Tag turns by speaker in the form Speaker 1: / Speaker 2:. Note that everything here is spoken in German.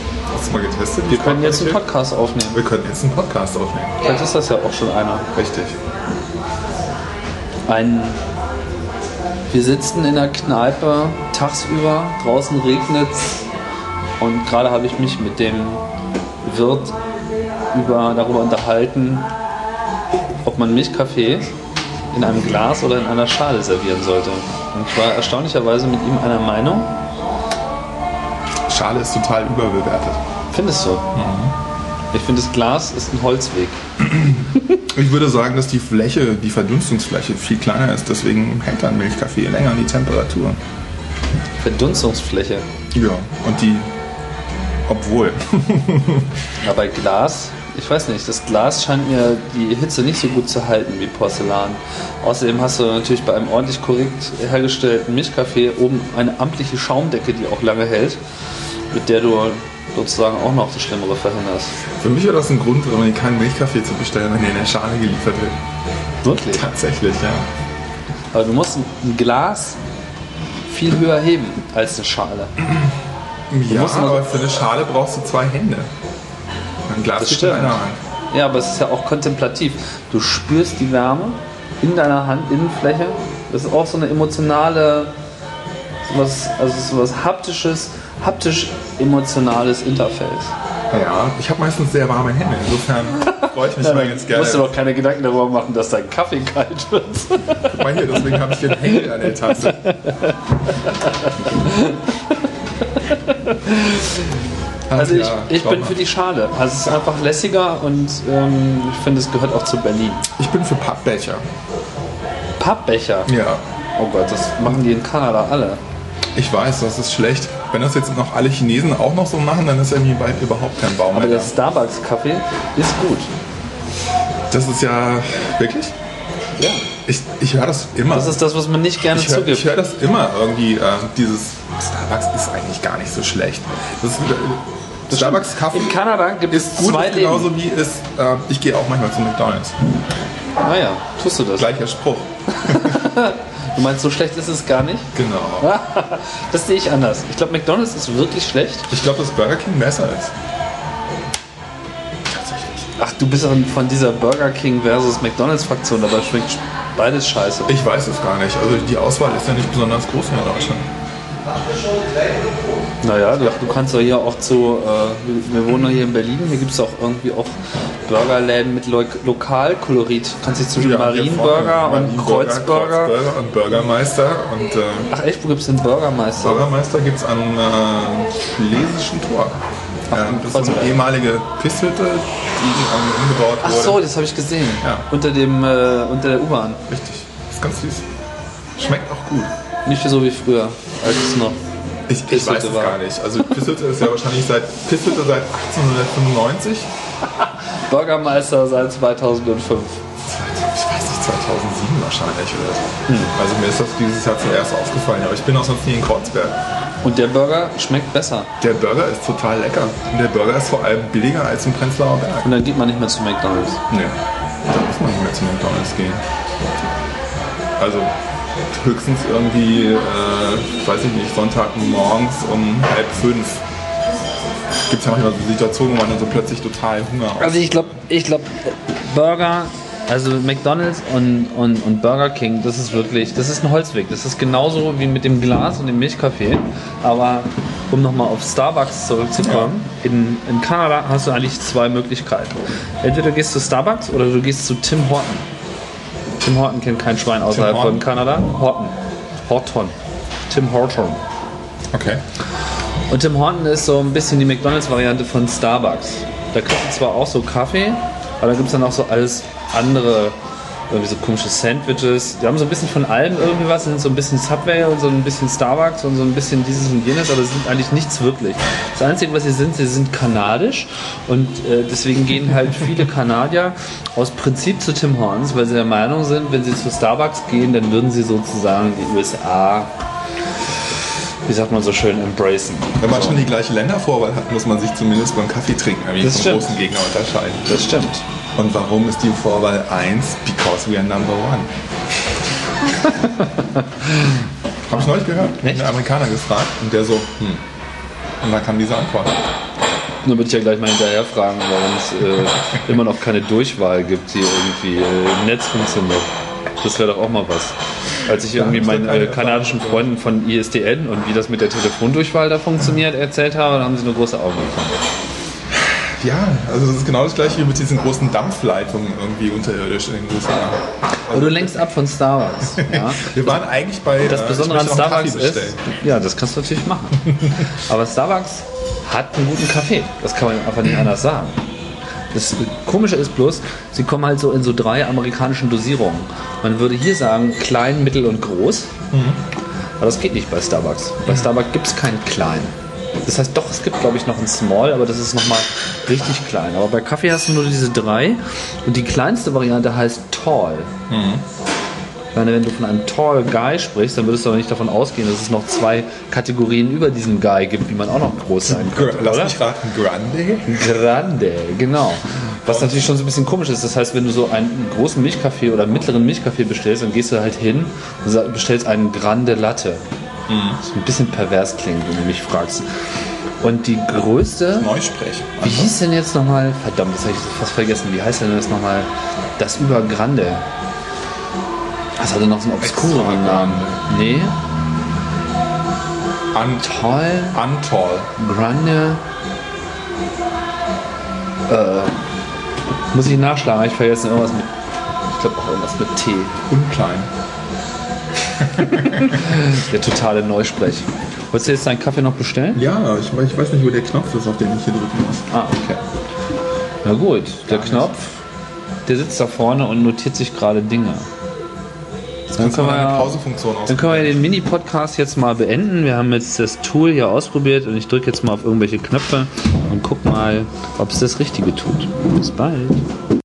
Speaker 1: hast es mal getestet?
Speaker 2: Wir können jetzt einen Podcast aufnehmen.
Speaker 1: Wir können jetzt einen Podcast aufnehmen.
Speaker 2: Vielleicht ist das ja auch schon einer.
Speaker 1: Richtig.
Speaker 2: Ein. Wir sitzen in der Kneipe tagsüber, draußen regnet's und gerade habe ich mich mit dem Wirt über, darüber unterhalten, ob man Milchkaffee in einem Glas oder in einer Schale servieren sollte. Und ich war erstaunlicherweise mit ihm einer Meinung.
Speaker 1: Schale ist total überbewertet.
Speaker 2: Findest du? Ich finde, das Glas ist ein Holzweg.
Speaker 1: Ich würde sagen, dass die Fläche, die Verdunstungsfläche viel kleiner ist, deswegen hält dann Milchkaffee länger an die Temperatur.
Speaker 2: Verdunstungsfläche.
Speaker 1: Ja, und die, obwohl,
Speaker 2: Aber Glas, ich weiß nicht, das Glas scheint mir die Hitze nicht so gut zu halten wie Porzellan. Außerdem hast du natürlich bei einem ordentlich korrekt hergestellten Milchkaffee oben eine amtliche Schaumdecke, die auch lange hält, mit der du sozusagen auch noch das Schlimmere verhinderst.
Speaker 1: für mich wäre das ein Grund, wenn man keinen Milchkaffee zu bestellen, wenn der in der Schale geliefert wird.
Speaker 2: Wirklich.
Speaker 1: Tatsächlich, ja.
Speaker 2: Aber du musst ein Glas viel höher heben als eine Schale.
Speaker 1: Ja,
Speaker 2: musst mal-
Speaker 1: aber für eine Schale brauchst du zwei Hände. Ein Glas
Speaker 2: Das
Speaker 1: geht in
Speaker 2: stimmt.
Speaker 1: einer Hand.
Speaker 2: Ja, aber es ist ja auch kontemplativ. Du spürst die Wärme in deiner Handinnenfläche. Das ist auch so eine emotionale, sowas, also sowas haptisches, haptisch-emotionales Interface.
Speaker 1: Ja, ich habe meistens sehr warme Hände, insofern freue ich mich mal ganz
Speaker 2: Du
Speaker 1: gerne.
Speaker 2: musst dir doch keine Gedanken darüber machen, dass dein Kaffee kalt wird.
Speaker 1: Guck mal hier, deswegen habe ich hier einen Henkel an der Tasse. Ach
Speaker 2: Also ich,
Speaker 1: ja,
Speaker 2: ich
Speaker 1: schau
Speaker 2: bin
Speaker 1: mal.
Speaker 2: für die Schale. Also es ist einfach lässiger und ähm, ich finde, es gehört auch zu Berlin.
Speaker 1: ich bin für Pappbecher.
Speaker 2: Pappbecher.
Speaker 1: Ja,
Speaker 2: Oh Gott, das machen die in Kanada alle.
Speaker 1: ich weiß, das ist schlecht. Wenn das jetzt noch alle Chinesen auch noch so machen, dann ist ja mir bald überhaupt kein Baum
Speaker 2: Aber
Speaker 1: mehr.
Speaker 2: der
Speaker 1: da.
Speaker 2: Starbucks-Kaffee ist gut.
Speaker 1: Das ist ja wirklich.
Speaker 2: Ja.
Speaker 1: Ich, ich höre das immer.
Speaker 2: Das ist das, was man nicht gerne
Speaker 1: Ich höre
Speaker 2: zugibt.
Speaker 1: hör das immer irgendwie, äh, dieses Starbucks ist eigentlich gar nicht so schlecht. Das, ist- äh, Starbucks Kaffee
Speaker 2: In Kanada gibt es
Speaker 1: ist gut,
Speaker 2: zwei
Speaker 1: ist genauso wie es, äh, ich gehe auch manchmal zu McDonalds.
Speaker 2: Läden. Naja, Ah tust du das.
Speaker 1: Gleicher Spruch.
Speaker 2: Du meinst, so schlecht ist es gar nicht?
Speaker 1: Genau.
Speaker 2: das sehe ich anders. Ich glaube, McDonalds ist wirklich schlecht.
Speaker 1: Ich glaube, dass Burger King besser ist. Tatsächlich.
Speaker 2: Ach, du bist an- von dieser Burger King versus McDonalds Fraktion, aber schmeckt beides scheiße.
Speaker 1: Ich weiß es gar nicht. Also die Auswahl ist ja nicht besonders groß in Deutschland.
Speaker 2: Naja, du, du kannst doch hier auch zu, äh, wir- wir wohnen doch hier in Berlin, hier gibt es auch irgendwie auch Burgerläden mit Lo Lokalkolorit. Du kannst dich zwischen Marienburger und Kreuzburger.
Speaker 1: Kreuzburger und Bürgermeister. Und äh,
Speaker 2: Ach echt, wo gibt es den Bürgermeister?
Speaker 1: Bürgermeister gibt es an äh, schlesischen Tor. Ähm, das ist so eine
Speaker 2: Kreuzberg.
Speaker 1: ehemalige Pisshütte, die ähm, umgebaut wurde.
Speaker 2: also- Ach so, das habe ich gesehen.
Speaker 1: Ja.
Speaker 2: Unter dem, äh, unter der U-Bahn.
Speaker 1: Richtig. Ist ganz süß. Schmeckt auch gut.
Speaker 2: Nicht so wie früher, als es noch.
Speaker 1: Ich, ich
Speaker 2: Pisshütte
Speaker 1: weiß es
Speaker 2: war.
Speaker 1: gar nicht. Also Pisshütte ist ja wahrscheinlich seit Pisshütte seit 1895.
Speaker 2: Bürgermeister seit
Speaker 1: ich
Speaker 2: 2005.
Speaker 1: weiß nicht, 2007 wahrscheinlich oder so. Also mir ist das dieses Jahr zuerst aufgefallen, aber ich bin auch sonst nie in Kreuzberg.
Speaker 2: Und der Burger schmeckt besser.
Speaker 1: Der Burger ist total lecker. Und der Burger ist vor allem billiger als im Prenzlauer Berg.
Speaker 2: Und dann geht man nicht mehr zu McDonalds.
Speaker 1: Nee, da muss man nicht mehr zu McDonalds gehen. Also höchstens irgendwie, äh, weiß ich nicht, Sonntagmorgens um halb fünf. Gibt es ja manchmal so Situationen, wo man dann so plötzlich total Hunger hat.
Speaker 2: Also ich glaube, ich glaube, Burger, also McDonalds und, und, und Burger King, das ist wirklich, das ist ein Holzweg. Das ist genauso wie mit dem Glas und dem Milchkaffee. Aber um nochmal auf Starbucks zurückzukommen, in, in Kanada hast du eigentlich zwei Möglichkeiten. Entweder du gehst zu Starbucks oder du gehst zu Tim Horton. Tim Horton kennt kein Schwein außerhalb
Speaker 1: Horton.
Speaker 2: von Kanada. Horton. Horton. Tim Horton.
Speaker 1: Okay.
Speaker 2: Und Tim Horton ist so ein bisschen die McDonalds-Variante von Starbucks. Da kriegst du zwar auch so Kaffee, aber da gibt es dann auch so alles andere, irgendwie so komische Sandwiches. Die haben so ein bisschen von allem irgendwie was, sind so ein bisschen Subway und so ein bisschen Starbucks und so ein bisschen dieses und jenes, aber sind eigentlich nichts wirklich. Das Einzige, was sie sind, sie sind kanadisch und äh, deswegen gehen halt viele Kanadier aus Prinzip zu Tim Hortons, weil sie der Meinung sind, wenn sie zu Starbucks gehen, dann würden sie sozusagen die USA, wie sagt man so schön, embracen.
Speaker 1: Wenn man schon die gleiche Ländervorwahl hat, muss man sich zumindest beim Kaffee trinken, irgendwie
Speaker 2: Das
Speaker 1: vom
Speaker 2: stimmt.
Speaker 1: großen Gegner unterscheiden.
Speaker 2: Das stimmt.
Speaker 1: Und warum ist die Vorwahl 1? Because we are number one. Habe ich neulich gehört.
Speaker 2: Echt?
Speaker 1: Einen Amerikaner gefragt und der so, hm. Und dann kam diese Antwort.
Speaker 2: Dann würde ich ja gleich mal hinterher fragen, warum es äh, immer noch keine Durchwahl gibt, die irgendwie äh, im Netz funktioniert. Das wäre doch auch mal was. Als ich irgendwie
Speaker 1: gibt's ja
Speaker 2: meinen
Speaker 1: keine
Speaker 2: äh, kanadischen Freunden von ISDN und wie das mit der Telefondurchwahl da funktioniert erzählt habe, dann haben sie eine große Augen bekommen.
Speaker 1: Ja, also das ist genau das gleiche wie mit diesen großen Dampfleitungen irgendwie unterirdisch in den USA. Also,
Speaker 2: Aber du lenkst ab von Starbucks. Ja?
Speaker 1: Wir waren eigentlich bei
Speaker 2: Das
Speaker 1: äh,
Speaker 2: Besondere
Speaker 1: ich
Speaker 2: an
Speaker 1: möchte noch einen
Speaker 2: Starbucks
Speaker 1: Kaffee
Speaker 2: ist, ja, das kannst du natürlich machen. Aber Starbucks hat einen guten Kaffee. Das kann man einfach nicht anders sagen. Das Komische ist bloß, sie kommen halt so in so drei amerikanischen Dosierungen. Man würde hier sagen klein, mittel und groß. Aber das geht nicht bei Starbucks. Bei Starbucks gibt es keinen klein. Das heißt doch, es gibt glaube ich noch ein Small, aber das ist nochmal richtig klein. Aber bei Kaffee hast du nur diese drei und die kleinste Variante heißt Tall. Ich meine, wenn du von einem Tall Guy sprichst, dann würdest du aber nicht davon ausgehen, dass es noch zwei Kategorien über diesem Guy gibt, wie man auch noch groß sein
Speaker 1: Gr-
Speaker 2: könnte.
Speaker 1: Lass
Speaker 2: oder?
Speaker 1: mich raten, Grande?
Speaker 2: Grande, genau. Was natürlich schon so ein bisschen komisch ist. Das heißt, wenn du so einen großen Milchkaffee oder mittleren Milchkaffee bestellst, dann gehst du halt hin und sa- bestellst einen Grande Latte. Das ist ein bisschen pervers klingt, wenn du mich fragst. Und die größte.
Speaker 1: Neusprech.
Speaker 2: Wie hieß denn jetzt nochmal? Verdammt, das habe ich fast vergessen. Wie heißt denn das nochmal? Das über Grande. Das hatte noch so einen obskuren Namen. Nee,
Speaker 1: Ant
Speaker 2: toll.
Speaker 1: Antall.
Speaker 2: Grande. Äh, muss ich nachschlagen, hab ich vergessen irgendwas mit. Ich glaube auch irgendwas mit T.
Speaker 1: Unklein.
Speaker 2: Der totale Neusprech. Wolltest du jetzt deinen Kaffee noch bestellen?
Speaker 1: Ja, ich, ich weiß nicht, wo der Knopf ist, auf den ich hier drücken muss.
Speaker 2: Ah, okay. Na gut, der Knopf, der sitzt da vorne und notiert sich gerade Dinge. Dann
Speaker 1: Kannst du
Speaker 2: können,
Speaker 1: mal
Speaker 2: wir,
Speaker 1: eine
Speaker 2: ja-
Speaker 1: Pausefunktion aus.
Speaker 2: dann können wir den Mini-Podcast jetzt mal beenden. Wir haben jetzt das Tool hier ausprobiert und ich drücke jetzt mal auf irgendwelche Knöpfe und guck mal, ob es das Richtige tut. Bis bald.